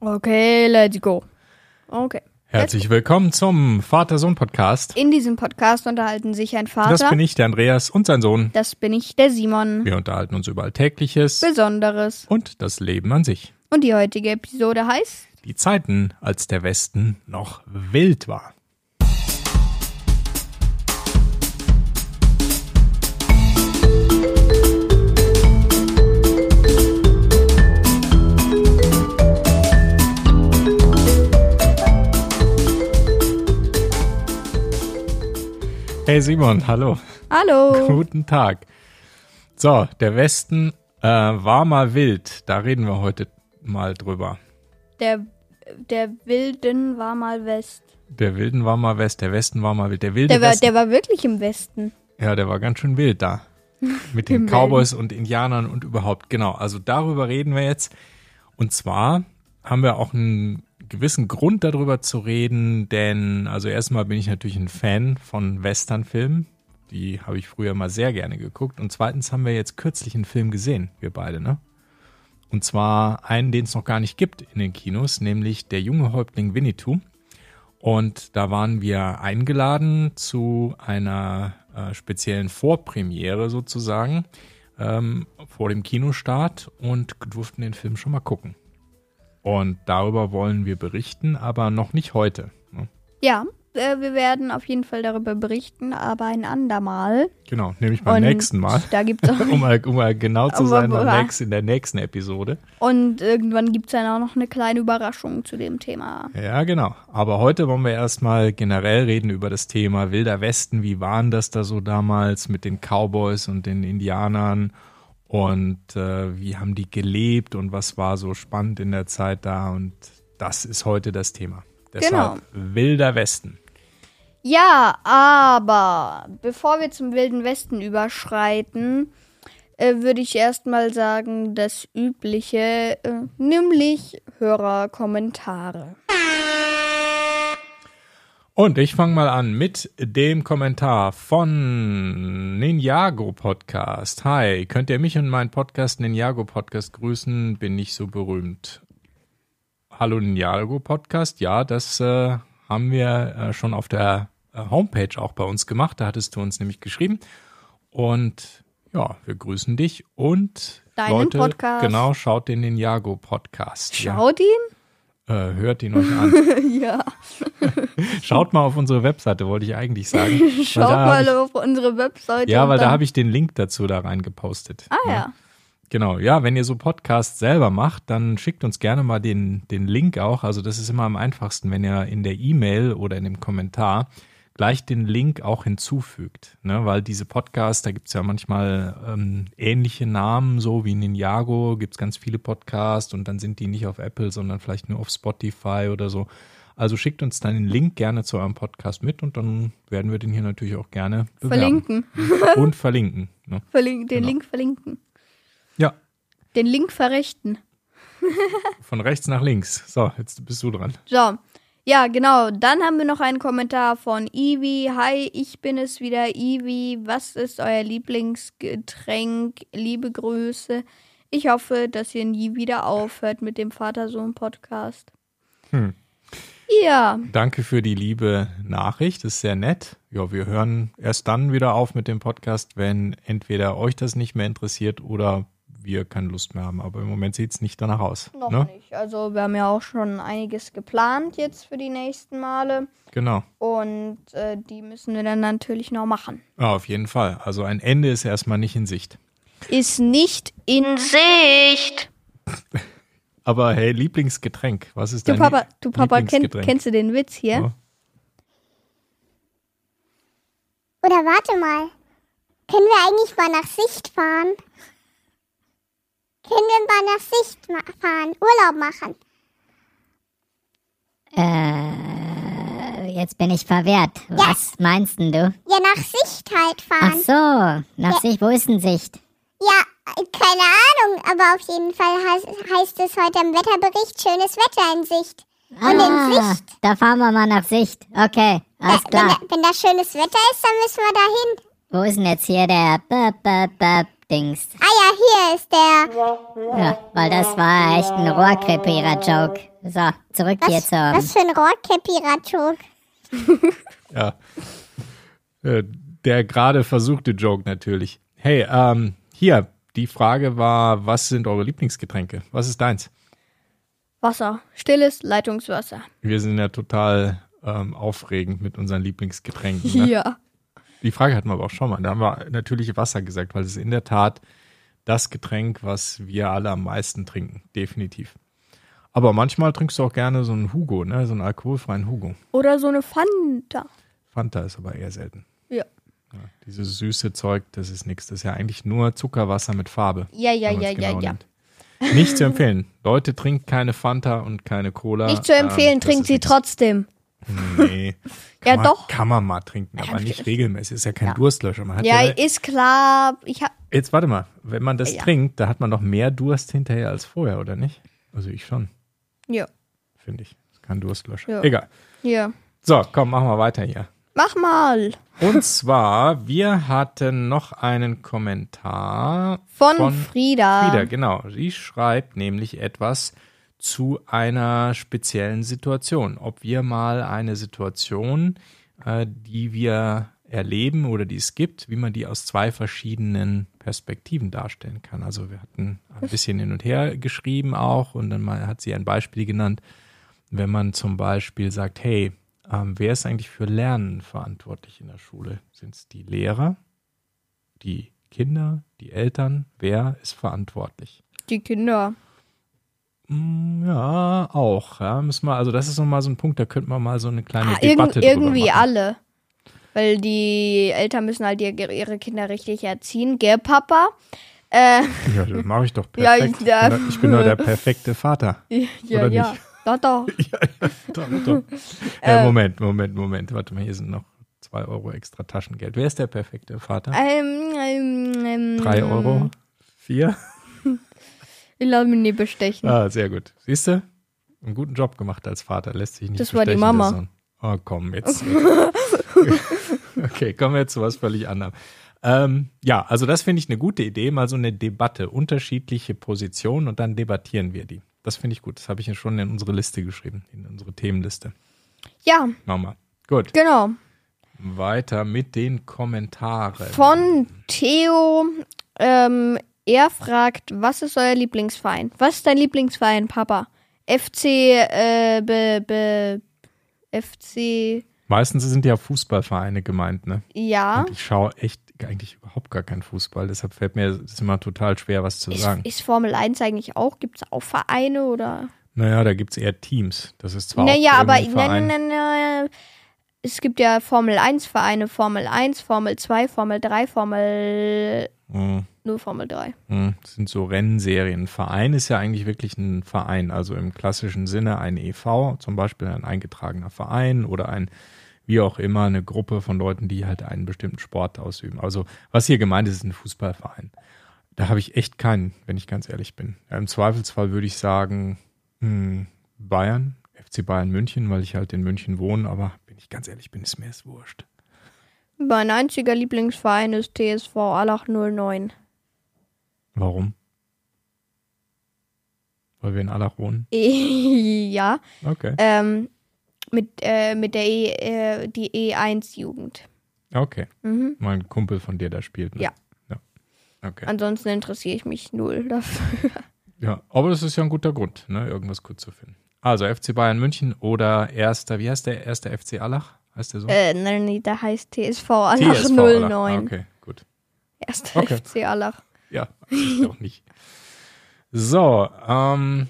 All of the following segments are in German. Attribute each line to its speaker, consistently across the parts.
Speaker 1: Okay, let's go. Okay.
Speaker 2: Herzlich willkommen zum Vater-Sohn-Podcast.
Speaker 1: In diesem Podcast unterhalten sich ein Vater.
Speaker 2: Das bin ich, der Andreas und sein Sohn.
Speaker 1: Das bin ich, der Simon.
Speaker 2: Wir unterhalten uns über Alltägliches
Speaker 1: Besonderes.
Speaker 2: und das Leben an sich.
Speaker 1: Und die heutige Episode heißt
Speaker 2: Die Zeiten, als der Westen noch wild war. Hey Simon, hallo.
Speaker 1: Hallo.
Speaker 2: Guten Tag. So, der Westen äh, war mal wild. Da reden wir heute mal drüber.
Speaker 1: Der, der Wilden war mal West.
Speaker 2: Der Wilden war mal West, der Westen war mal wild. Der wilde
Speaker 1: Der war,
Speaker 2: Westen.
Speaker 1: der war wirklich im Westen.
Speaker 2: ja, der war ganz schön wild da. Mit den
Speaker 1: Im
Speaker 2: Cowboys und Indianern und überhaupt. Genau, also darüber reden wir jetzt. Und zwar haben wir auch einen gewissen Grund darüber zu reden, denn also erstmal bin ich natürlich ein Fan von Westernfilmen. Die habe ich früher mal sehr gerne geguckt. Und zweitens haben wir jetzt kürzlich einen Film gesehen, wir beide, ne? Und zwar einen, den es noch gar nicht gibt in den Kinos, nämlich Der junge Häuptling Winnetou. Und da waren wir eingeladen zu einer äh, speziellen Vorpremiere sozusagen ähm, vor dem Kinostart und durften den Film schon mal gucken. Und darüber wollen wir berichten, aber noch nicht heute. ne?
Speaker 1: Ja, äh, wir werden auf jeden Fall darüber berichten, aber ein andermal.
Speaker 2: Genau, nämlich beim
Speaker 1: Und
Speaker 2: nächsten Mal.
Speaker 1: Da gibt's auch,
Speaker 2: Um mal, um mal genau zu
Speaker 1: Aber-
Speaker 2: sein, beim
Speaker 1: aber-
Speaker 2: nächsten- in der nächsten Episode.
Speaker 1: und irgendwann gibt es dann auch noch eine kleine Überraschung zu dem Thema.
Speaker 2: Ja, genau. Aber heute wollen wir erstmal generell reden über das Thema Wilder Westen. Wie waren das da so damals mit den Cowboys und den Indianern? Und äh, wie haben die gelebt und was war so spannend in der Zeit da? Und das ist heute das Thema. Deshalb Wilder Westen.
Speaker 1: Ja, aber bevor wir zum Wilden Westen überschreiten, äh, würde ich erstmal sagen, das Übliche, äh, nämlich Hörerkommentare.
Speaker 2: Und ich fange mal an mit dem Kommentar von Ninjago Podcast. Hi, könnt ihr mich und meinen Podcast Ninjago Podcast grüßen? Bin nicht so berühmt. Hallo Ninjago Podcast. Ja, das äh, haben wir äh, schon auf der äh, Homepage auch bei uns gemacht. Da hattest du uns nämlich geschrieben. Und ja, wir grüßen dich und
Speaker 1: Deinen
Speaker 2: Leute,
Speaker 1: Podcast.
Speaker 2: genau, schaut den Ninjago Podcast.
Speaker 1: Schaut
Speaker 2: Ja, äh, hört ihn euch an.
Speaker 1: ihn? Ja.
Speaker 2: Schaut mal auf unsere Webseite, wollte ich eigentlich sagen. Weil
Speaker 1: Schaut
Speaker 2: da hab
Speaker 1: mal
Speaker 2: ich,
Speaker 1: auf unsere Webseite.
Speaker 2: Ja,
Speaker 1: und
Speaker 2: weil da
Speaker 1: dann-
Speaker 2: habe ich den Link dazu da reingepostet.
Speaker 1: Ah
Speaker 2: Ne?
Speaker 1: ja.
Speaker 2: Genau, ja, wenn ihr so Podcasts selber macht, dann schickt uns gerne mal den, den Link auch. Also das ist immer am einfachsten, wenn ihr in der E-Mail oder in dem Kommentar gleich den Link auch hinzufügt. Ne? Weil diese Podcasts, da gibt's ja manchmal ähm, ähnliche Namen, so wie Ninjago, gibt's ganz viele Podcasts und dann sind die nicht auf Apple, sondern vielleicht nur auf Spotify oder so. Also schickt uns dann den Link gerne zu eurem Podcast mit und dann werden wir den hier natürlich auch gerne bewerben.
Speaker 1: Verlinken.
Speaker 2: Verlinken. Und verlinken. Ne?
Speaker 1: Verlink, den
Speaker 2: Genau.
Speaker 1: Link verlinken.
Speaker 2: Ja,
Speaker 1: Den Link verrechten.
Speaker 2: Von rechts nach links. So, jetzt bist du dran.
Speaker 1: So. Ja, genau. Dann haben wir noch einen Kommentar von Ivi. Hi, ich bin es wieder, Ivi. Was ist euer Lieblingsgetränk? Liebe Grüße. Ich hoffe, dass ihr nie wieder aufhört mit dem Vater-Sohn-Podcast.
Speaker 2: Hm.
Speaker 1: Ja,
Speaker 2: Danke für die liebe Nachricht, ist sehr nett. Ja, wir hören erst dann wieder auf mit dem Podcast, wenn entweder euch das nicht mehr interessiert oder wir keine Lust mehr haben. Aber im Moment sieht es nicht danach aus.
Speaker 1: noch
Speaker 2: ne?
Speaker 1: nicht. Also, wir haben ja auch schon einiges geplant jetzt für die nächsten Male.
Speaker 2: Genau.
Speaker 1: Und äh, die müssen wir dann natürlich noch machen.
Speaker 2: Ja, auf jeden Fall. Also ein Ende ist erstmal nicht in Sicht.
Speaker 1: Ist nicht in Sicht.
Speaker 2: Aber hey, Lieblingsgetränk. Was ist
Speaker 1: Du
Speaker 2: dein
Speaker 1: Papa,
Speaker 2: Lie-
Speaker 1: du Papa kenn,
Speaker 2: Lieblingsgetränk?
Speaker 1: kennst du den Witz hier?
Speaker 2: Ja.
Speaker 3: Oder warte mal. Können wir eigentlich mal nach Sicht fahren? Können wir mal nach Sicht ma- fahren? Urlaub machen?
Speaker 4: Äh, jetzt bin ich verwehrt. Was meinst denn du?
Speaker 3: Ja, nach Sicht halt
Speaker 4: Ach
Speaker 3: fahren.
Speaker 4: so, nach Sicht, wo ist denn Sicht?
Speaker 3: Ja, äh, keine Ahnung, aber auf jeden Fall heißt, heißt es heute im Wetterbericht schönes Wetter in Sicht. Und in Sicht, äh,
Speaker 4: da fahren wir mal nach Sicht. Okay, Ah, alles
Speaker 3: wenn, da,
Speaker 4: klar.
Speaker 3: wenn da schönes Wetter ist, dann müssen wir dahin.
Speaker 4: Wo ist denn jetzt hier der B -B -B Dings?
Speaker 3: Ah ja, hier ist der.
Speaker 4: Ja, weil das war echt ein Rohrkrepierer-Joke. So, zurück hier
Speaker 3: Was,
Speaker 4: zur.
Speaker 3: was für ein Rohrkäppi-Joke.
Speaker 2: Ja. Äh, Der gerade versuchte Joke natürlich. Hey, ähm, hier, die Frage war, was sind eure Lieblingsgetränke? Was ist deins?
Speaker 1: Wasser. Stilles Leitungswasser.
Speaker 2: Wir sind ja total ähm, aufregend mit unseren Lieblingsgetränken. Ne?
Speaker 1: Ja.
Speaker 2: Die Frage hatten wir aber auch schon mal. Da haben wir natürlich Wasser gesagt, weil es ist in der Tat das Getränk, was wir alle am meisten trinken. Definitiv. Aber manchmal trinkst du auch gerne so einen Hugo, ne? so einen alkoholfreien Hugo.
Speaker 1: Oder so eine Fanta.
Speaker 2: Fanta ist aber eher selten.
Speaker 1: Ja.
Speaker 2: Ja, dieses süße Zeug, das ist nichts. Das ist ja eigentlich nur Zuckerwasser mit Farbe.
Speaker 1: Ja, ja,
Speaker 2: wenn man's genau
Speaker 1: ja, ja, ja.
Speaker 2: nimmt. Nicht zu empfehlen. Leute, trinkt keine Fanta und keine Cola.
Speaker 1: Nicht zu empfehlen,
Speaker 2: Ähm, das
Speaker 1: trinkt
Speaker 2: ist
Speaker 1: sie
Speaker 2: nichts.
Speaker 1: trotzdem.
Speaker 2: Nee. Kann
Speaker 1: Ja,
Speaker 2: man,
Speaker 1: doch.
Speaker 2: Kann man mal trinken, aber nicht regelmäßig. Ist ja kein Durstlöscher. Man hat
Speaker 1: Ja,
Speaker 2: ja,
Speaker 1: ist klar. Ich hab,
Speaker 2: jetzt warte mal. Wenn man das
Speaker 1: Ja.
Speaker 2: trinkt, da hat man noch mehr Durst hinterher als vorher, oder nicht? Also ich schon,
Speaker 1: ja,
Speaker 2: finde ich. Ist kein Durstlöscher.
Speaker 1: Ja.
Speaker 2: Egal.
Speaker 1: ja.
Speaker 2: So, komm, machen wir weiter hier.
Speaker 1: Mach mal.
Speaker 2: Und zwar, wir hatten noch einen Kommentar
Speaker 1: Von,
Speaker 2: von
Speaker 1: Frieda.
Speaker 2: Frieda, genau. Sie schreibt nämlich etwas zu einer speziellen Situation. Ob wir mal eine Situation, äh, die wir erleben oder die es gibt, wie man die aus zwei verschiedenen Perspektiven darstellen kann. Also wir hatten ein bisschen hin und her geschrieben auch und dann mal hat sie ein Beispiel genannt, wenn man zum Beispiel sagt, hey, ähm, wer ist eigentlich für Lernen verantwortlich in der Schule? Sind es die Lehrer, die Kinder, die Eltern, wer ist verantwortlich?
Speaker 1: Die Kinder.
Speaker 2: Hm, Ja, auch. Ja, müssen wir, also das ist nochmal so ein Punkt, da könnten wir mal so eine kleine
Speaker 1: Ah, irg
Speaker 2: Debatte drüber
Speaker 1: irgendwie
Speaker 2: machen.
Speaker 1: alle. Weil die Eltern müssen halt ihre ihre Kinder richtig erziehen. Gell, Papa? Äh,
Speaker 2: Ja, das mache ich doch
Speaker 1: Ja,
Speaker 2: perfekt.
Speaker 1: ja.
Speaker 2: Ich, bin, doch- ich bin nur der perfekte Vater.
Speaker 1: ja,
Speaker 2: Oder
Speaker 1: ja.
Speaker 2: nicht?
Speaker 1: Doch, doch.
Speaker 2: ja, ja, doch, doch.
Speaker 1: Ähm.
Speaker 2: ja, Moment, Moment, Moment. Warte mal, hier sind noch zwei Euro extra Taschengeld. Wer ist der perfekte Vater?
Speaker 1: Ähm, ähm, ähm,
Speaker 2: Drei Euro? Vier?
Speaker 1: Ich lasse mich nie bestechen.
Speaker 2: Ah, sehr gut. Siehst du? Einen guten Job gemacht als Vater, lässt sich nicht
Speaker 1: Das war die
Speaker 2: bestechen,
Speaker 1: Mama.
Speaker 2: der Sohn. Oh, komm, jetzt. okay, kommen wir jetzt zu was völlig anderem. Ähm, ja, also das finde ich eine gute Idee, mal so eine Debatte, unterschiedliche Positionen und dann debattieren wir die. Das finde ich gut. Das habe ich ja schon in unsere Liste geschrieben, in unsere Themenliste.
Speaker 1: Ja,
Speaker 2: Mama. Gut,
Speaker 1: genau.
Speaker 2: weiter mit den Kommentaren.
Speaker 1: Von Theo. Ähm, er fragt, was ist euer Lieblingsverein? Was ist dein Lieblingsverein, Papa? FC, äh, be, be, FC,
Speaker 2: Meistens sind ja Fußballvereine gemeint, ne?
Speaker 1: ja.
Speaker 2: Und ich schaue echt eigentlich überhaupt gar keinen Fußball, deshalb fällt mir das immer total schwer, was zu
Speaker 1: Ist,
Speaker 2: sagen.
Speaker 1: ist Formel 1 eigentlich auch? Gibt es auch Vereine oder?
Speaker 2: Naja, da gibt es eher Teams. Das ist zwar
Speaker 1: Naja,
Speaker 2: auch
Speaker 1: aber
Speaker 2: irgendein Verein.
Speaker 1: nein, nein, nein, es gibt ja Formel 1 Vereine, Formel 1, Formel 2, Formel 3, Formel. Nur Formel 3.
Speaker 2: Mm, mm, Das sind so Rennserien. Verein ist ja eigentlich wirklich ein Verein. Also im klassischen Sinne ein EV, zum Beispiel ein eingetragener Verein oder ein, wie auch immer, eine Gruppe von Leuten, die halt einen bestimmten Sport ausüben. Also was hier gemeint ist, ist ein Fußballverein. Da habe ich echt keinen, wenn ich ganz ehrlich bin. Im Zweifelsfall würde ich sagen, hm, Bayern, FC Bayern München, weil ich halt in München wohne, aber wenn ich ganz ehrlich bin, ist mir es wurscht.
Speaker 1: Mein einziger Lieblingsverein ist TSV Allach 09.
Speaker 2: Warum? Weil wir in Allach wohnen.
Speaker 1: ja,
Speaker 2: Okay.
Speaker 1: ähm, mit, äh, mit der E, äh, die E1-Jugend.
Speaker 2: Okay.
Speaker 1: Mhm.
Speaker 2: Mein Kumpel von dir, der spielt. Ne?
Speaker 1: Ja. Also-
Speaker 2: ja. Okay.
Speaker 1: Ansonsten interessiere ich mich null dafür.
Speaker 2: Ja, aber das ist ja ein guter Grund, ne? irgendwas gut zu finden. Also FC Bayern München oder erster, wie heißt der erste FC Allach? Heißt der so?
Speaker 1: äh, nein, nee, der heißt TSV Allach
Speaker 2: TSV
Speaker 1: 09.
Speaker 2: Allach. Ah, okay, gut.
Speaker 1: Erster
Speaker 2: Okay.
Speaker 1: FC Allach.
Speaker 2: Ja, ich auch nicht. So, ähm,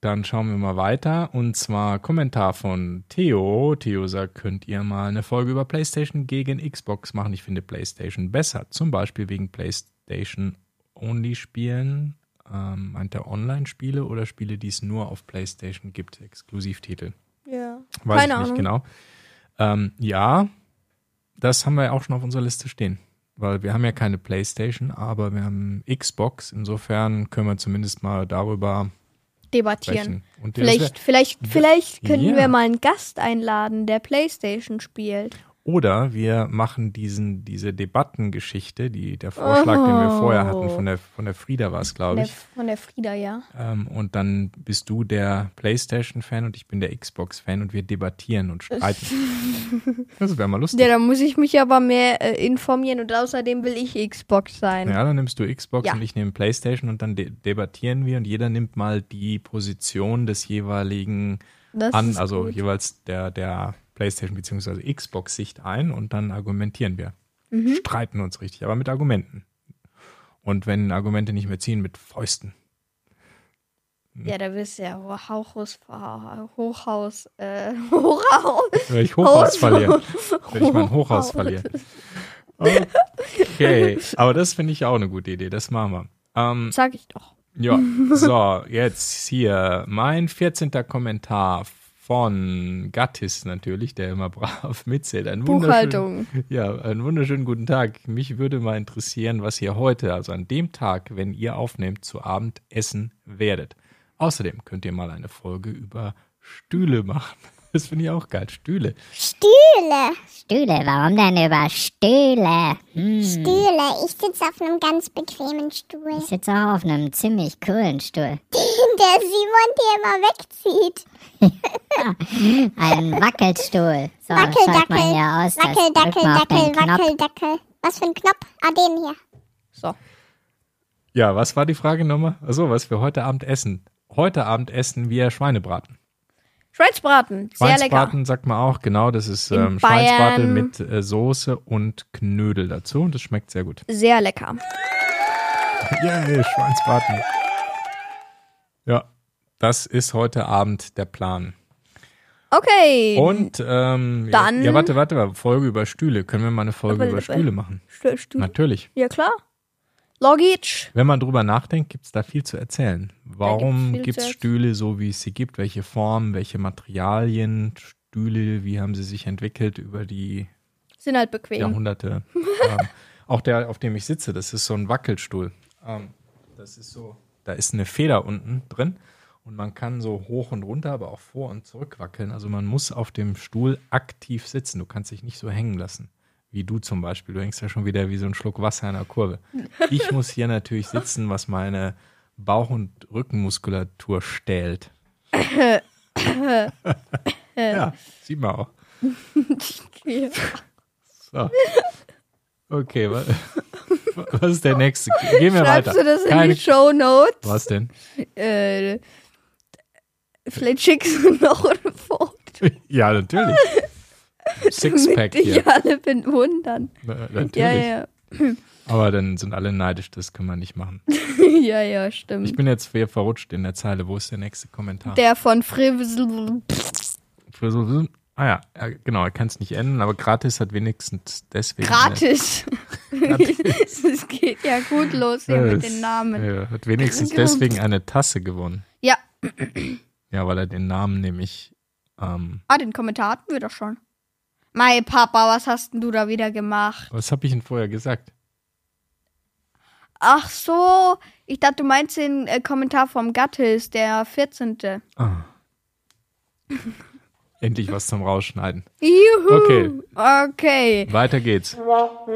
Speaker 2: dann schauen wir mal weiter. Und zwar Kommentar von Theo. Theo sagt, könnt ihr mal eine Folge über PlayStation gegen Xbox machen? Ich finde PlayStation besser. Zum Beispiel wegen PlayStation Only Spielen. Ähm, meint er Online-Spiele oder Spiele, die es nur auf PlayStation gibt? Exklusivtitel.
Speaker 1: Ja.
Speaker 2: Weiß
Speaker 1: Keine
Speaker 2: ich nicht
Speaker 1: Ahnung.
Speaker 2: genau. Ähm, ja, das haben wir ja auch schon auf unserer Liste stehen. Weil wir haben ja keine Playstation, aber wir haben Xbox. Insofern können wir zumindest mal darüber
Speaker 1: Debattieren.
Speaker 2: sprechen. Und das
Speaker 1: Vielleicht, vielleicht, vielleicht könnten
Speaker 2: Ja.
Speaker 1: wir mal einen Gast einladen, der Playstation spielt.
Speaker 2: wär- Oder wir machen diesen, diese Debattengeschichte, die, der Vorschlag, den wir vorher hatten, von der, von der Frieda war es, glaube
Speaker 1: der,
Speaker 2: ich.
Speaker 1: Oh. von der Frieda, ja.
Speaker 2: Ähm, und dann bist du der PlayStation-Fan und ich bin der Xbox-Fan und wir debattieren und streiten. das wäre mal lustig.
Speaker 1: Ja, da muss ich mich aber mehr äh, informieren und außerdem will ich Xbox sein.
Speaker 2: Ja, dann nimmst du Xbox
Speaker 1: Ja.
Speaker 2: und ich nehme PlayStation und dann de debattieren wir und jeder nimmt mal die Position des jeweiligen
Speaker 1: Das
Speaker 2: an,
Speaker 1: ist
Speaker 2: also
Speaker 1: gut.
Speaker 2: jeweils der, der PlayStation bzw. Xbox-Sicht ein und dann argumentieren wir.
Speaker 1: Mhm.
Speaker 2: Streiten uns richtig, aber mit Argumenten. Und wenn Argumente nicht mehr ziehen, mit Fäusten.
Speaker 1: Ja, da bist du ja Hochhaus, Hochhaus, äh, Hochhaus.
Speaker 2: Wenn ich Hochhaus
Speaker 1: Haus-
Speaker 2: verliere. Wenn ich mein Hochhaus
Speaker 1: Haus.
Speaker 2: verliere. Okay, aber das finde ich auch eine gute Idee, das machen wir. Ähm,
Speaker 1: Sag ich doch.
Speaker 2: Ja, so, jetzt hier mein 14. Kommentar von Gattis natürlich, der immer brav mitzählt. Ein
Speaker 1: Buchhaltung.
Speaker 2: wunderschönen- Ja, einen wunderschönen guten Tag. Mich würde mal interessieren, was ihr heute, also an dem Tag, wenn ihr aufnehmt, zu Abend essen werdet. Außerdem könnt ihr mal eine Folge über Stühle machen. Das finde ich auch geil. Stühle.
Speaker 3: Stühle.
Speaker 4: Stühle, warum denn über Stühle? Hm,
Speaker 3: Stühle. Ich sitze auf einem ganz bequemen Stuhl,
Speaker 4: ich sitze auch auf einem ziemlich coolen Stuhl.
Speaker 3: den der Simon dir immer wegzieht.
Speaker 4: Oh, Ein Wackelstuhl. So schaut man
Speaker 3: Wackeldackel.
Speaker 4: hier aus. Das drückt
Speaker 3: Wackeldackel,
Speaker 4: man auf
Speaker 3: Dackel,
Speaker 4: den Knopf.
Speaker 3: Wackeldackel. Was für ein Knopf? Ah, den hier.
Speaker 1: So.
Speaker 2: Ja, was war die Frage nochmal? Achso, was wir heute Abend essen. Heute Abend essen wir Schweinebraten.
Speaker 1: Schweinsbraten, sehr lecker.
Speaker 2: Schweinsbraten sagt man auch, genau, das ist
Speaker 1: In
Speaker 2: ähm,
Speaker 1: Bayern.
Speaker 2: Schweinsbraten mit äh, Soße und Knödel dazu und das schmeckt sehr gut.
Speaker 1: Sehr lecker.
Speaker 2: Yay, Schweinsbraten. Ja, das ist heute Abend der Plan.
Speaker 1: Okay.
Speaker 2: Und ähm,
Speaker 1: Dann-
Speaker 2: ja, ja, warte, warte, warte, Folge über Stühle. Können wir mal eine Folge
Speaker 1: Aber-
Speaker 2: über Stühle machen?
Speaker 1: Stü- Stü-
Speaker 2: Natürlich.
Speaker 1: Ja, klar. Logic.
Speaker 2: Wenn man drüber nachdenkt, gibt es da viel zu erzählen. Warum
Speaker 1: viel zu
Speaker 2: gibt es
Speaker 1: erzählen.
Speaker 2: Stühle so, wie es sie gibt? Welche Formen, welche Materialien, Stühle, wie haben sie sich entwickelt über die
Speaker 1: Sind halt bequem.
Speaker 2: Jahrhunderte. ähm, auch der, auf dem ich sitze, das ist so ein Wackelstuhl. Ähm, das ist so, da ist eine Feder unten drin und man kann so hoch und runter, aber auch vor und zurück wackeln. Also man muss auf dem Stuhl aktiv sitzen. Du kannst dich nicht so hängen lassen. Wie du zum Beispiel. Du hängst ja schon wieder wie so ein Schluck Wasser in einer Kurve. Ich muss hier natürlich sitzen, was meine Bauch- und Rückenmuskulatur stählt. ja, sieht man auch.
Speaker 1: Ja.
Speaker 2: So. Okay, wa was ist der nächste? Gehen wir
Speaker 1: Schreibst du
Speaker 2: weiter.
Speaker 1: das in
Speaker 2: Keine-
Speaker 1: die Show Notes?
Speaker 2: was denn?
Speaker 1: Äh, vielleicht schickst du noch ein Foto,
Speaker 2: Ja, natürlich. Sixpack
Speaker 1: damit dich
Speaker 2: hier.
Speaker 1: alle bewundern.
Speaker 2: Na, Natürlich.
Speaker 1: Ja, ja.
Speaker 2: Aber dann sind alle neidisch, das kann man nicht machen.
Speaker 1: ja, ja,
Speaker 2: Ich
Speaker 1: stimmt.
Speaker 2: bin jetzt sehr verrutscht in der Zeile. Wo ist der nächste Kommentar?
Speaker 1: Der von Frivisel.
Speaker 2: Für so- ah ja, ja, genau, er kann es nicht enden, aber gratis hat wenigstens deswegen.
Speaker 1: Gratis. Es geht ja gut los hier
Speaker 2: Eine,
Speaker 1: mit den Namen.
Speaker 2: Äh, Ja, hat wenigstens
Speaker 1: Genau.
Speaker 2: deswegen eine Tasse gewonnen.
Speaker 1: Ja,
Speaker 2: Ja, weil er den Namen nämlich. Ähm,
Speaker 1: ah, den Kommentar hatten wir doch schon. Mein Papa, was hast denn du da wieder gemacht?
Speaker 2: was habe ich denn vorher gesagt?
Speaker 1: Ach so, ich dachte, du meinst den äh, Kommentar vom Gattis, der 14.
Speaker 2: Ah. Endlich was zum Rausschneiden.
Speaker 1: Juhu.
Speaker 2: Okay.
Speaker 1: Okay.
Speaker 2: Weiter geht's. Oh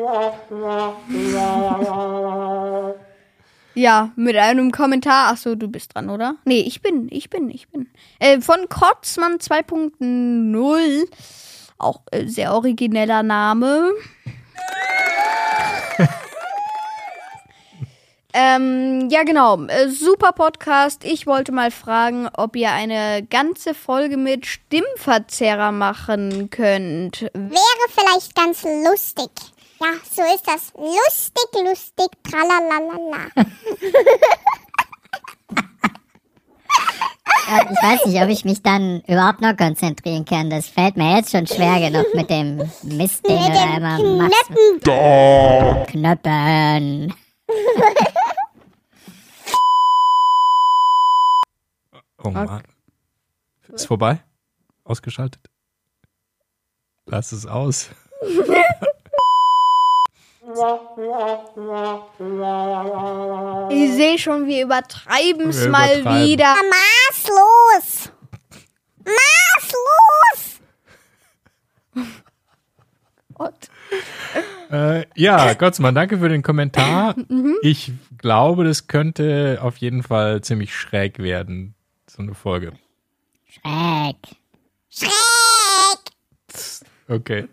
Speaker 1: Ja, mit einem Kommentar. Ach so, du bist dran, oder? Nee, ich bin, ich bin, ich bin. Äh, von Kotzmann 2.0. Auch äh, sehr origineller Name. Ähm, ja, genau. Äh, super Podcast. Ich wollte mal fragen, ob ihr eine ganze Folge mit Stimmverzerrer machen könnt.
Speaker 3: Wäre vielleicht ganz lustig. Ja, so ist das. Lustig, lustig, tralalalala.
Speaker 4: Ja, Ah, Ich weiß nicht, ob ich mich dann überhaupt noch konzentrieren kann. Das fällt mir jetzt schon schwer genug mit dem Mist, den du da immer machst. Knöppeln.
Speaker 2: Oh Mann. Ist vorbei? Ausgeschaltet? Lass es aus.
Speaker 1: Ich sehe schon, wir übertreiben es
Speaker 2: Wir
Speaker 1: mal
Speaker 2: übertreiben.
Speaker 1: wieder.
Speaker 3: Maßlos. Maßlos.
Speaker 2: Äh, Ja, Gottsmann, danke für den Kommentar. Ich glaube, das könnte auf jeden Fall ziemlich schräg werden, so eine Folge.
Speaker 4: Schräg.
Speaker 3: Schräg.
Speaker 2: Okay.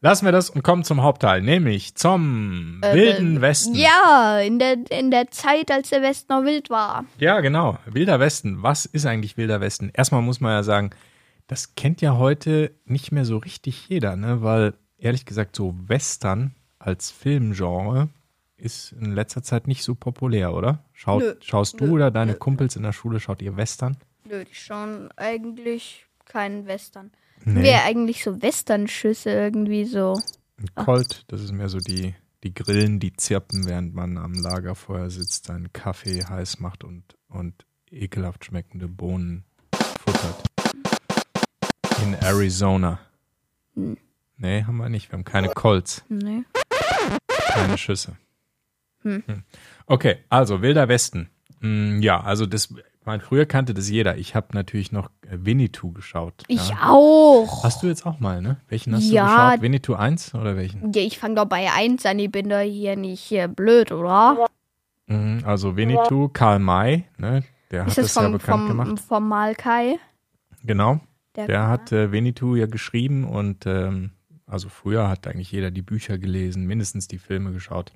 Speaker 2: Lassen wir das und kommen zum Hauptteil, nämlich zum Wilden Westen.
Speaker 1: Ja, in der, in der Zeit, als der Westen noch wild war.
Speaker 2: Ja, genau. Wilder Westen. Was ist eigentlich Wilder Westen? Erstmal muss man ja sagen, das kennt ja heute nicht mehr so richtig jeder, ne? weil ehrlich gesagt, so Western als Filmgenre ist in letzter Zeit nicht so populär, oder? Schaut,
Speaker 1: Nö.
Speaker 2: Schaust du oder deine Kumpels in der Schule, schaut ihr Western?
Speaker 1: Nö, die schauen eigentlich keinen Western. Wäre eigentlich so Westernschüsse irgendwie so.
Speaker 2: Ein Colt, das ist mehr so die, die Grillen, die zirpen, während man am Lagerfeuer sitzt, seinen Kaffee heiß macht und, und ekelhaft schmeckende Bohnen futtert. In Arizona.
Speaker 1: Hm.
Speaker 2: Nee, haben wir nicht. Wir haben keine Colts,
Speaker 1: Nee.
Speaker 2: keine Schüsse. Hm. Okay, also Wilder Westen. Hm, ja, also das, mein, früher kannte das jeder. Ich habe natürlich noch äh, Winnetou geschaut.
Speaker 1: Ich
Speaker 2: ja.
Speaker 1: auch.
Speaker 2: Hast du jetzt auch mal, ne? Welchen hast du
Speaker 1: Ja.
Speaker 2: geschaut? Winnetou 1 oder welchen?
Speaker 1: Ja, ich fange doch bei 1 an, ich bin doch hier nicht hier blöd, oder?
Speaker 2: Mhm, Also Winnetou, Karl May, ne? der hat
Speaker 1: Ist das
Speaker 2: das ja
Speaker 1: vom,
Speaker 2: bekannt
Speaker 1: vom,
Speaker 2: gemacht.
Speaker 1: vom Malkai?
Speaker 2: Genau.
Speaker 1: Der-
Speaker 2: Der hat äh, Winnetou ja geschrieben und ähm, also früher hat eigentlich jeder die Bücher gelesen, mindestens die Filme geschaut.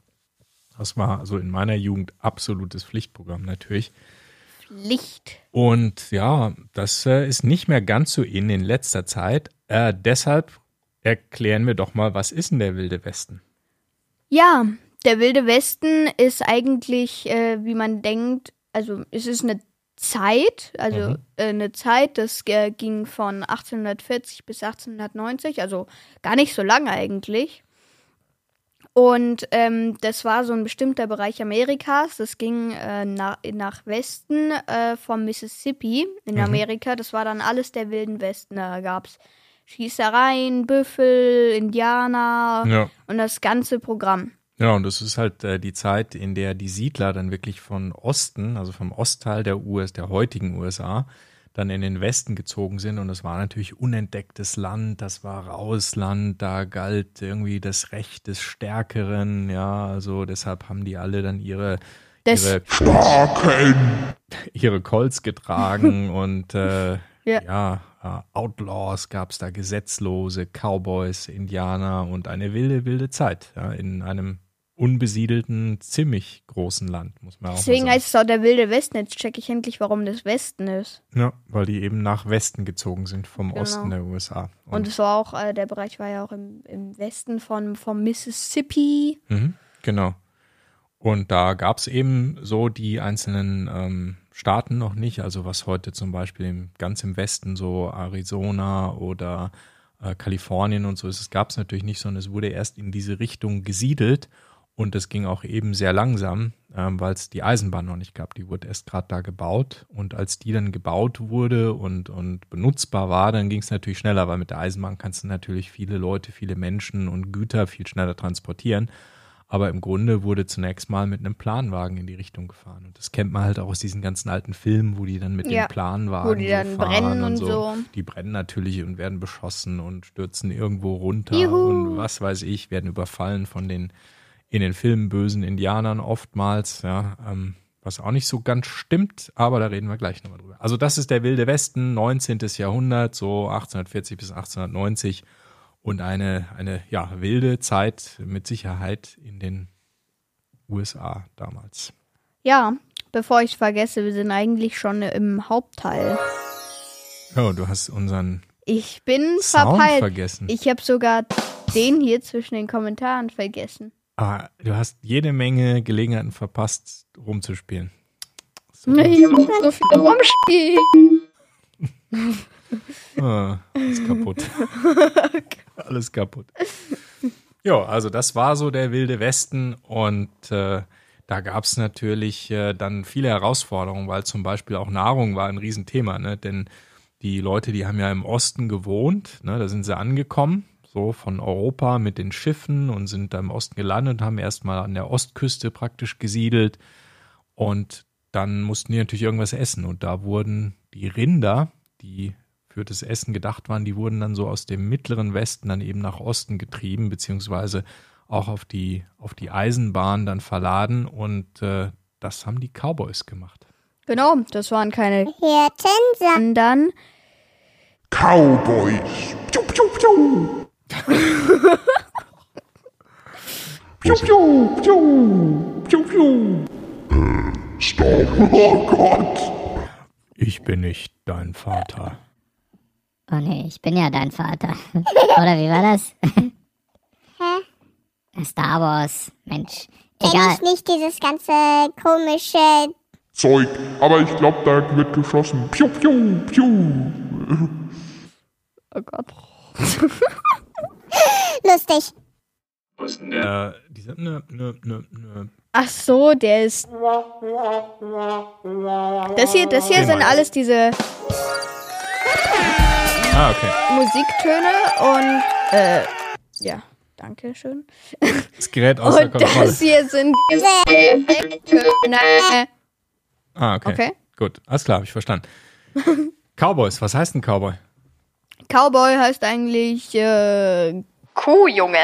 Speaker 2: Das war also in meiner Jugend absolutes Pflichtprogramm natürlich.
Speaker 1: Licht.
Speaker 2: Und ja, das äh, ist nicht mehr ganz so in in letzter Zeit. Äh, deshalb erklären wir doch mal, was ist denn der Wilde Westen?
Speaker 1: Ja, der Wilde Westen ist eigentlich, äh, wie man denkt, also es ist eine Zeit, also äh, eine Zeit, das äh, ging von 1840 bis 1890, also gar nicht so lange eigentlich. Und ähm, das war so ein bestimmter Bereich Amerikas. Das ging äh, nach, nach Westen äh, vom Mississippi in Amerika. Das war dann alles der Wilden Westen. Da gab es Schießereien, Büffel, Indianer
Speaker 2: Ja.
Speaker 1: und das ganze Programm.
Speaker 2: Ja, und das ist halt äh, die Zeit, in der die Siedler dann wirklich von Osten, also vom Ostteil der US, der heutigen USA, dann in den Westen gezogen sind. Und das war natürlich unentdecktes Land, das war raues Land, da galt irgendwie das Recht des Stärkeren. Ja, also deshalb haben die alle dann ihre,
Speaker 1: Das-
Speaker 2: ihre, ihre Colts getragen und äh, ja,
Speaker 1: Ja.
Speaker 2: äh, Outlaws gab's da, Gesetzlose, Cowboys, Indianer und eine wilde, wilde Zeit ja, in einem unbesiedelten, ziemlich großen Land, muss man auch
Speaker 1: Deswegen
Speaker 2: mal sagen.
Speaker 1: heißt es auch der wilde Westen. Jetzt checke ich endlich, warum das Westen ist.
Speaker 2: Ja, weil die eben nach Westen gezogen sind, vom
Speaker 1: Genau.
Speaker 2: Osten der USA.
Speaker 1: Und es war auch, äh, der Bereich war ja auch im, im Westen von, vom Mississippi.
Speaker 2: Mhm, genau. Und da gab es eben so die einzelnen ähm, Staaten noch nicht, also was heute zum Beispiel im, ganz im Westen so Arizona oder äh, Kalifornien und so ist, das gab es natürlich nicht, sondern es wurde erst in diese Richtung gesiedelt und das ging auch eben sehr langsam, ähm, weil es die Eisenbahn noch nicht gab. Die wurde erst gerade da gebaut und als die dann gebaut wurde und, und benutzbar war, dann ging es natürlich schneller, weil mit der Eisenbahn kannst du natürlich viele Leute, viele Menschen und Güter viel schneller transportieren. Aber im Grunde wurde zunächst mal mit einem Planwagen in die Richtung gefahren. Und das kennt man halt auch aus diesen ganzen alten Filmen, wo die dann mit
Speaker 1: Ja,
Speaker 2: dem Planwagen
Speaker 1: wo die dann
Speaker 2: so fahren
Speaker 1: brennen
Speaker 2: und
Speaker 1: und
Speaker 2: so.
Speaker 1: so.
Speaker 2: Die brennen natürlich und werden beschossen und stürzen irgendwo runter
Speaker 1: Juhu.
Speaker 2: und was weiß ich, werden überfallen von den in den Filmen bösen Indianern oftmals, ja, ähm, was auch nicht so ganz stimmt, aber da reden wir gleich nochmal drüber. Also das ist der Wilde Westen, 19. Jahrhundert, so 1840 bis 1890 und eine, eine ja, wilde Zeit mit Sicherheit in den USA damals.
Speaker 1: Ja, bevor ich vergesse, wir sind eigentlich schon im Hauptteil.
Speaker 2: Oh, du hast unseren
Speaker 1: Ich bin
Speaker 2: Sound
Speaker 1: verpeilt.
Speaker 2: vergessen.
Speaker 1: Ich habe sogar den hier zwischen den Kommentaren vergessen.
Speaker 2: Ah, du hast jede Menge Gelegenheiten verpasst, rumzuspielen.
Speaker 1: Ich muss so viel rumspielen.
Speaker 2: Ah, ist kaputt. Alles kaputt. Ja, also das war so der wilde Westen und äh, da gab es natürlich äh, dann viele Herausforderungen, weil zum Beispiel auch Nahrung war ein Riesenthema, ne? denn die Leute, die haben ja im Osten gewohnt, ne? da sind sie angekommen, so von Europa mit den Schiffen und sind da im Osten gelandet und haben erstmal an der Ostküste praktisch gesiedelt und dann mussten die natürlich irgendwas essen. Und da wurden die Rinder, die für das Essen gedacht waren, die wurden dann so aus dem mittleren Westen dann eben nach Osten getrieben, beziehungsweise auch auf die, auf die Eisenbahn dann verladen und äh, das haben die Cowboys gemacht.
Speaker 1: Genau, das waren keine
Speaker 3: Hirtensaft.
Speaker 1: anderen.
Speaker 5: Cowboys. Piu, piu, piu. piu, piu, piu. Piu, piu. Äh, Star Wars. Oh Gott.
Speaker 2: Ich bin nicht dein Vater.
Speaker 4: Oh nee, ich bin ja dein Vater. Oder wie war das? Star Wars, Mensch.
Speaker 3: Kenn
Speaker 4: Egal.
Speaker 3: ich nicht dieses ganze komische.
Speaker 5: Zeug. Aber ich glaube, da wird geschossen. Piu, piu, piu.
Speaker 1: Oh Gott.
Speaker 3: Lustig.
Speaker 2: Äh, diese, ne, ne, ne, ne.
Speaker 1: Ach so, der ist. Das hier, das hier
Speaker 2: Den
Speaker 1: sind
Speaker 2: meinst du?
Speaker 1: alles diese
Speaker 2: Ah, okay.
Speaker 1: Musiktöne und äh, ja, danke schön.
Speaker 2: Das Gerät außer
Speaker 1: Und
Speaker 2: Kontrolle.
Speaker 1: das hier sind diese Musiktöne.
Speaker 2: Ah, okay.
Speaker 1: Okay.
Speaker 2: Gut, alles klar, habe ich verstanden. Cowboys, was heißt ein Cowboy?
Speaker 1: Cowboy heißt eigentlich äh, Kuhjunge.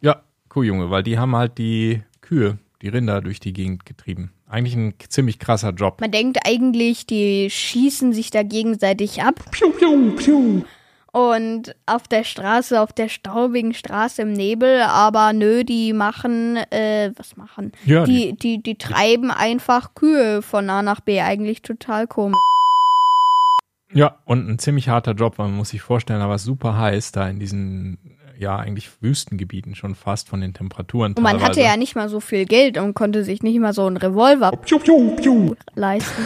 Speaker 2: Ja, Kuhjunge, weil die haben halt die Kühe, die Rinder durch die Gegend getrieben. Eigentlich ein ziemlich krasser Job.
Speaker 1: Man denkt eigentlich, die schießen sich da gegenseitig ab.
Speaker 5: Piu, piu, piu.
Speaker 1: Und auf der Straße, auf der staubigen Straße im Nebel, aber nö, die machen, äh, was machen?
Speaker 2: Ja,
Speaker 1: die, die, die treiben einfach Kühe von A nach B, eigentlich total komisch.
Speaker 2: Ja, und ein ziemlich harter Job, man muss sich vorstellen, aber super heiß da in diesen, ja, eigentlich Wüstengebieten schon fast von den Temperaturen.
Speaker 1: Und man hatte
Speaker 2: teilweise.
Speaker 1: ja nicht mal so viel Geld und konnte sich nicht mal so einen Revolver
Speaker 5: Piu, piu, piu.
Speaker 1: leisten.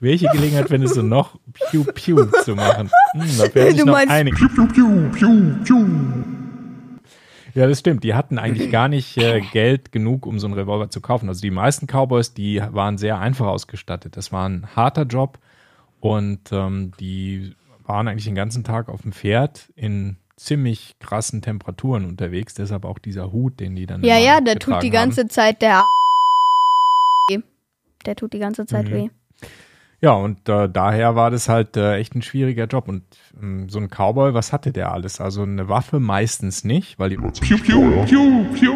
Speaker 2: Welche Gelegenheit findest du noch, Piu Piu zu machen? Hm, da werden
Speaker 1: Du
Speaker 2: sich noch
Speaker 1: meinst-
Speaker 2: einige.
Speaker 5: Piu, piu, piu, piu, piu.
Speaker 2: Ja, das stimmt. Die hatten eigentlich gar nicht äh, Geld genug, um so einen Revolver zu kaufen. Also die meisten Cowboys, die waren sehr einfach ausgestattet. Das war ein harter Job und ähm, die waren eigentlich den ganzen Tag auf dem Pferd in ziemlich krassen Temperaturen unterwegs. Deshalb auch dieser Hut, den die dann
Speaker 1: Ja,
Speaker 2: immer
Speaker 1: ja, der tut die
Speaker 2: getragen haben.
Speaker 1: ganze Zeit der weh. Der tut die ganze Zeit
Speaker 2: Mhm.
Speaker 1: weh.
Speaker 2: Ja, und äh, daher war das halt äh, echt ein schwieriger Job. Und ähm, so ein Cowboy, was hatte der alles? Also eine Waffe meistens nicht, weil die
Speaker 5: Piu, piu, piu, piu.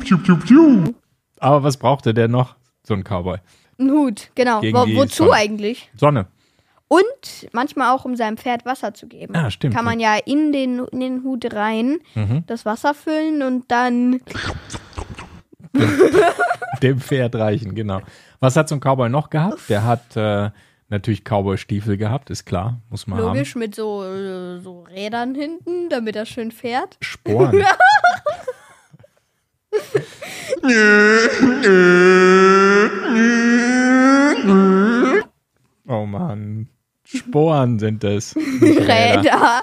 Speaker 5: Piu, piu, piu.
Speaker 2: Aber was brauchte der noch? So ein Cowboy.
Speaker 1: Ein Hut, genau.
Speaker 2: Gegen
Speaker 1: Wo,
Speaker 2: die
Speaker 1: wozu
Speaker 2: Sonne.
Speaker 1: eigentlich?
Speaker 2: Sonne.
Speaker 1: Und manchmal auch, um seinem Pferd Wasser zu geben.
Speaker 2: Ah, stimmt. Mhm.
Speaker 1: Kann man ja in den, in den Hut rein das Wasser füllen und dann
Speaker 2: Dem Pferd reichen, genau. Was hat so ein Cowboy noch gehabt? Der hat äh, natürlich Cowboy-Stiefel gehabt, ist klar. Muss man
Speaker 1: logisch mit so, äh, so Rädern hinten, damit er schön fährt.
Speaker 2: haben. Sporen. oh Mann. Sporen sind das. nicht Räder.
Speaker 1: Räder.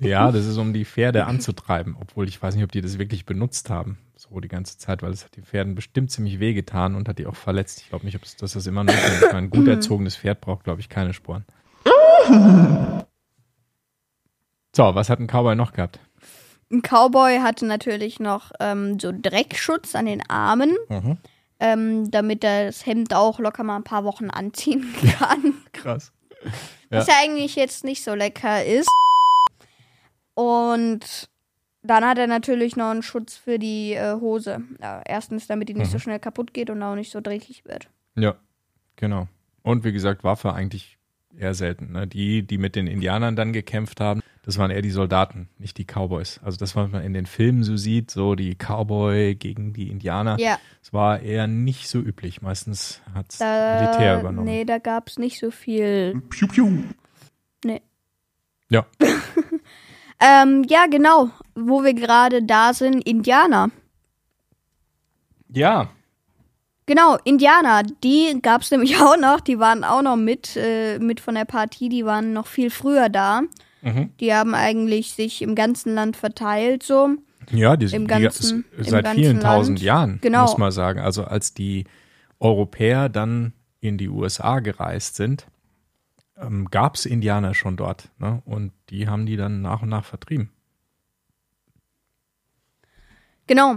Speaker 2: Ja, das ist, um die Pferde anzutreiben. Obwohl ich weiß nicht, ob die das wirklich benutzt haben. So die ganze Zeit, weil es hat den Pferden bestimmt ziemlich wehgetan und hat die auch verletzt. Ich glaube nicht, ob es, dass das immer noch ist. Ein gut erzogenes Pferd braucht, glaube ich, keine Sporen. So, was hat ein Cowboy noch gehabt?
Speaker 1: Ein Cowboy hatte natürlich noch ähm, so Dreckschutz an den Armen,
Speaker 2: Mhm.
Speaker 1: ähm, damit er das Hemd auch locker mal ein paar Wochen anziehen kann.
Speaker 2: Krass.
Speaker 1: Was ja eigentlich jetzt nicht so lecker ist. Und dann hat er natürlich noch einen Schutz für die äh, Hose. Ja, erstens, damit die nicht
Speaker 2: Mhm.
Speaker 1: so schnell kaputt geht und auch nicht so dreckig wird.
Speaker 2: Ja, genau. Und wie gesagt, Waffe eigentlich eher selten. Ne? Die, die mit den Indianern dann gekämpft haben, das waren eher die Soldaten, nicht die Cowboys. Also das, was man in den Filmen so sieht, so die Cowboy gegen die Indianer,
Speaker 1: Ja.
Speaker 2: das war eher nicht so üblich. Meistens hat es
Speaker 1: Da,
Speaker 2: Militär übernommen.
Speaker 1: Äh,
Speaker 2: Mhm.
Speaker 1: Nee, da gab es nicht so viel.
Speaker 5: Piu, piu.
Speaker 2: Ja,
Speaker 1: Ähm, ja, genau. Wo wir gerade da sind, Indianer.
Speaker 2: ja.
Speaker 1: Genau, Indianer, die gab es nämlich auch noch, die waren auch noch mit, äh, mit von der Partie, die waren noch viel früher da.
Speaker 2: Mhm.
Speaker 1: Die haben eigentlich sich im ganzen Land verteilt so.
Speaker 2: Ja, die,
Speaker 1: Im
Speaker 2: die,
Speaker 1: ganzen-
Speaker 2: es-
Speaker 1: im
Speaker 2: seit
Speaker 1: ganzen
Speaker 2: vielen
Speaker 1: Land.
Speaker 2: tausend Jahren,
Speaker 1: Genau.
Speaker 2: muss man sagen. Also als die Europäer dann in die USA gereist sind, ähm, gab es Indianer schon dort. Ne? Und die haben die dann nach und nach vertrieben.
Speaker 1: Genau.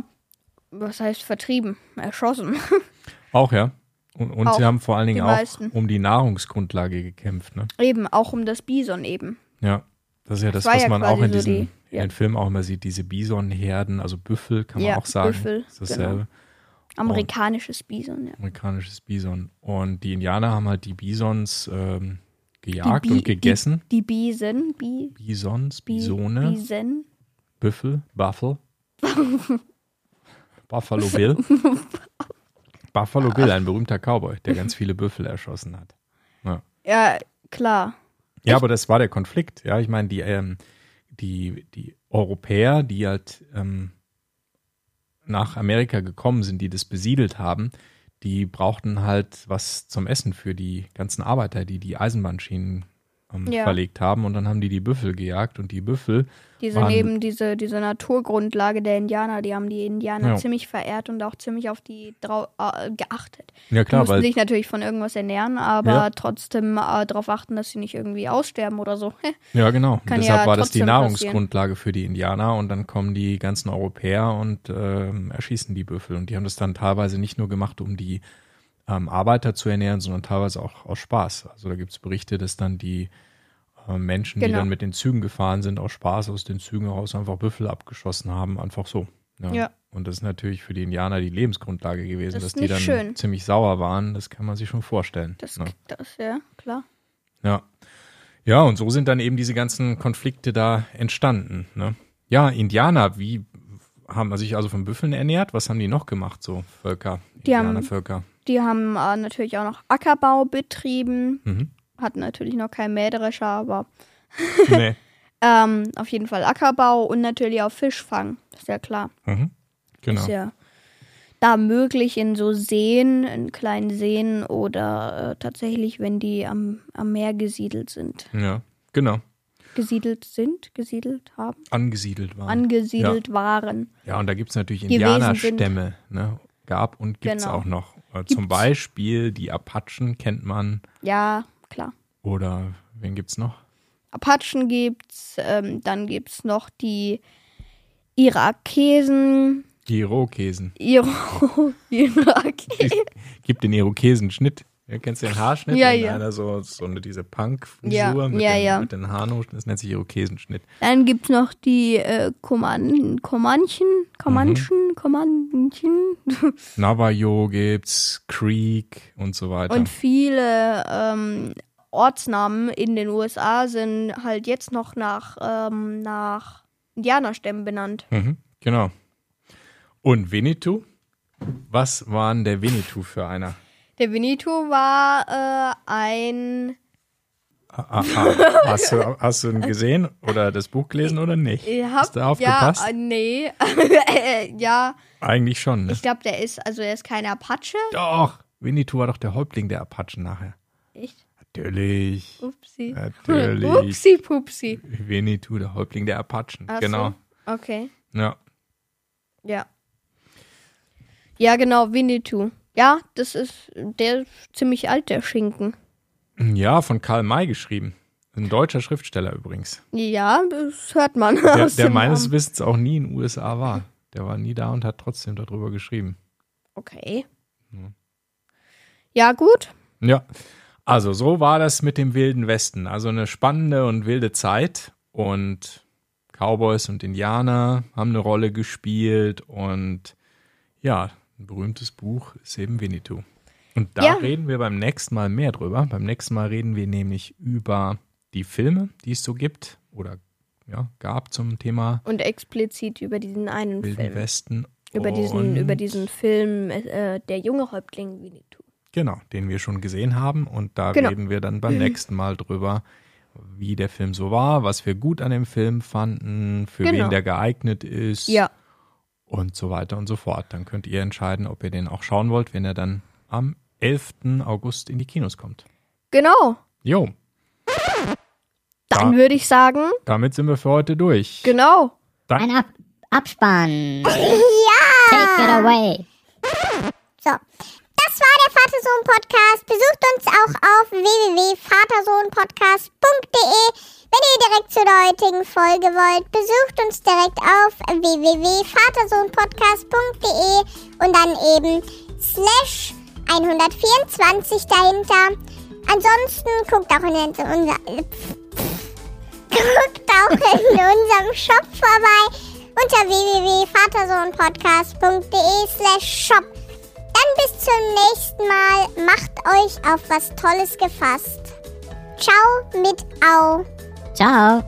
Speaker 1: Was heißt vertrieben? Erschossen.
Speaker 2: Auch, ja. Und, und
Speaker 1: Auch,
Speaker 2: sie haben vor allen Dingen
Speaker 1: die
Speaker 2: auch
Speaker 1: meisten.
Speaker 2: um die Nahrungsgrundlage gekämpft. Ne?
Speaker 1: eben, auch um das Bison eben.
Speaker 2: Ja. Das ist ja das,
Speaker 1: war
Speaker 2: was
Speaker 1: ja
Speaker 2: man
Speaker 1: quasi
Speaker 2: auch in
Speaker 1: so
Speaker 2: diesen
Speaker 1: die- ja.
Speaker 2: in den Filmen auch immer sieht, diese Bisonherden, also Büffel kann man
Speaker 1: Ja,
Speaker 2: auch sagen.
Speaker 1: Büffel, genau.
Speaker 2: ist dasselbe.
Speaker 1: Amerikanisches Bison, ja.
Speaker 2: Amerikanisches Bison. Und die Indianer haben halt die Bisons ähm, gejagt
Speaker 1: Bi-
Speaker 2: und gegessen.
Speaker 1: Die, die Bisen. Bi,
Speaker 2: Bisons,
Speaker 1: Bi,
Speaker 2: Bisone,
Speaker 1: Bisen.
Speaker 2: Büffel, Buffalo. Buffalo Bill. Buffalo Bill, ein berühmter Cowboy, der ganz viele Büffel erschossen hat.
Speaker 1: Ja, klar.
Speaker 2: Ja, aber das war der Konflikt. Ja, ich meine, die, ähm, die, die Europäer, die halt ähm, nach Amerika gekommen sind, die das besiedelt haben, die brauchten halt was zum Essen für die ganzen Arbeiter, die die Eisenbahnschienen ähm,
Speaker 1: Ja.
Speaker 2: verlegt haben. Und dann haben die die Büffel gejagt und die Büffel
Speaker 1: Diese
Speaker 2: Waren-
Speaker 1: neben diese, diese Naturgrundlage der Indianer, die haben die Indianer
Speaker 2: Ja.
Speaker 1: ziemlich verehrt und auch ziemlich auf die drau äh, geachtet.
Speaker 2: Ja,
Speaker 1: die
Speaker 2: klar,
Speaker 1: mussten
Speaker 2: weil-
Speaker 1: sich natürlich von irgendwas ernähren, aber
Speaker 2: Ja.
Speaker 1: trotzdem äh, darauf achten, dass sie nicht irgendwie aussterben oder so.
Speaker 2: Ja, genau.
Speaker 1: Kann
Speaker 2: und deshalb
Speaker 1: ja
Speaker 2: war das die
Speaker 1: trotzdem
Speaker 2: Nahrungsgrundlage für die Indianer und dann kommen die ganzen Europäer und ähm, erschießen die Büffel. Und die haben das dann teilweise nicht nur gemacht, um die ähm, Arbeiter zu ernähren, sondern teilweise auch aus Spaß. Also da gibt's Berichte, dass dann die äh, Menschen, die
Speaker 1: Genau.
Speaker 2: dann mit den Zügen gefahren sind, aus Spaß aus den Zügen heraus einfach Büffel abgeschossen haben, einfach so. ne?
Speaker 1: Ja.
Speaker 2: Und das ist natürlich für die Indianer die Lebensgrundlage gewesen,
Speaker 1: Das ist
Speaker 2: dass die
Speaker 1: nicht
Speaker 2: dann
Speaker 1: schön.
Speaker 2: ziemlich sauer waren. Das kann man sich schon vorstellen. ne?
Speaker 1: Das,
Speaker 2: Ja.
Speaker 1: das ja, klar.
Speaker 2: Ja. Ja, und so sind dann eben diese ganzen Konflikte da entstanden. Ne? Ja, Indianer, wie haben sich also von Büffeln ernährt? Was haben die noch gemacht, so Völker,
Speaker 1: Die haben-
Speaker 2: Indianervölker?
Speaker 1: Die haben äh, natürlich auch noch Ackerbau betrieben.
Speaker 2: Mhm.
Speaker 1: Hatten natürlich noch kein Mähdrescher, aber
Speaker 2: nee.
Speaker 1: ähm, auf jeden Fall Ackerbau und natürlich auch Fischfang. Ist ja klar.
Speaker 2: Mhm. Genau.
Speaker 1: Ist ja da möglich in so Seen, in kleinen Seen oder äh, tatsächlich, wenn die am, am Meer gesiedelt sind.
Speaker 2: Ja, genau.
Speaker 1: Gesiedelt sind, gesiedelt haben,
Speaker 2: Angesiedelt waren.
Speaker 1: angesiedelt waren.
Speaker 2: ja, und da gibt's natürlich
Speaker 1: Gewesen sind.
Speaker 2: Indianerstämme, ne? Gab und gibt's
Speaker 1: Genau.
Speaker 2: auch noch. Äh, Zum Beispiel die Apachen kennt man.
Speaker 1: Ja, klar.
Speaker 2: Oder wen gibt's noch?
Speaker 1: Apachen gibt's, ähm, dann gibt's noch die Irakesen,
Speaker 2: Die Irokesen.
Speaker 1: Iro Irakesen.
Speaker 2: gibt den Irokesenschnitt. Ja, kennst du den Haarschnitt?
Speaker 1: Ja,
Speaker 2: Wenn
Speaker 1: ja.
Speaker 2: Einer so, so eine, diese Punk-Frisur
Speaker 1: Ja,
Speaker 2: mit,
Speaker 1: ja,
Speaker 2: den,
Speaker 1: ja.
Speaker 2: mit den Haarnoten, das nennt sich Irokesenschnitt.
Speaker 1: Dann gibt's noch die äh, Koman Komanchen,
Speaker 2: Mhm.
Speaker 1: Komanchen, Komanchen
Speaker 2: Navajo gibt's, Creek und so weiter.
Speaker 1: Und viele ähm, Ortsnamen in den USA sind halt jetzt noch nach, ähm, nach Indianerstämmen benannt.
Speaker 2: mhm, genau. Und Winnetou? Was war denn der Winnetou für einer?
Speaker 1: Der Benito war äh, ein.
Speaker 2: Ah, ah, ah. Hast, du, hast du ihn gesehen oder das Buch gelesen oder nicht?
Speaker 1: Ihr habt-
Speaker 2: Hast du aufgepasst?
Speaker 1: Ja, äh, nee. Äh, ja,
Speaker 2: Eigentlich schon, ne?
Speaker 1: ich glaube, der ist. Also, er ist kein Apache.
Speaker 2: Doch! Winnetou war doch der Häuptling der Apachen nachher.
Speaker 1: Echt?
Speaker 2: Natürlich.
Speaker 1: Upsi.
Speaker 2: Natürlich.
Speaker 1: Upsi, pupsi.
Speaker 2: Winnetou, der Häuptling der Apachen.
Speaker 1: Ach so.
Speaker 2: genau.
Speaker 1: Okay.
Speaker 2: Ja.
Speaker 1: Ja. Ja, genau, Winnetou. Ja, das ist. Der ist ziemlich alt, der Schinken.
Speaker 2: ja, von Karl May geschrieben. Ein deutscher Schriftsteller übrigens.
Speaker 1: Ja, das hört man.
Speaker 2: Der,
Speaker 1: aus
Speaker 2: der
Speaker 1: dem
Speaker 2: meines
Speaker 1: Namen.
Speaker 2: Wissens auch nie in den USA war. Der war nie da und hat trotzdem darüber geschrieben.
Speaker 1: Okay. Ja, gut.
Speaker 2: Ja. Also, so war das mit dem Wilden Westen. Also eine spannende und wilde Zeit. Und Cowboys und Indianer haben eine Rolle gespielt. Und ja, ein berühmtes Buch ist eben Winnetou. Und da
Speaker 1: Ja.
Speaker 2: reden wir beim nächsten Mal mehr drüber. Beim nächsten Mal reden wir nämlich über die Filme, die es so gibt oder ja, gab zum Thema
Speaker 1: Und explizit über diesen einen
Speaker 2: Wilden
Speaker 1: Film.
Speaker 2: Westen.
Speaker 1: Über diesen,
Speaker 2: Und-
Speaker 1: über diesen Film äh, Der junge Häuptling Winnetou.
Speaker 2: Genau, den wir schon gesehen haben. Und da
Speaker 1: Genau.
Speaker 2: reden wir dann beim nächsten Mal drüber, wie der Film so war, was wir gut an dem Film fanden, für
Speaker 1: Genau.
Speaker 2: wen der geeignet ist
Speaker 1: Ja,
Speaker 2: und so weiter und so fort. Dann könnt ihr entscheiden, ob ihr den auch schauen wollt, wenn er dann am 11. August in die Kinos kommt.
Speaker 1: genau.
Speaker 2: Jo,
Speaker 1: Dann
Speaker 2: Da-
Speaker 1: würde ich sagen,
Speaker 2: damit sind wir für heute durch.
Speaker 1: genau.
Speaker 4: Ein Ab Abspann.
Speaker 3: Ja!
Speaker 4: Take it away.
Speaker 3: So. Das war der Vatersohn-Podcast. Besucht uns auch auf www.vatersohnpodcast.de. Wenn ihr direkt zu der heutigen Folge wollt, besucht uns direkt auf www.vatersohnpodcast.de und dann eben slash 124 dahinter. Ansonsten guckt auch in unser... Guckt auch in unserem Shop vorbei unter www.vatersohnpodcast.de slash shop. Dann bis zum nächsten Mal. Macht euch auf was Tolles gefasst. Ciao mit Au.
Speaker 4: Ciao.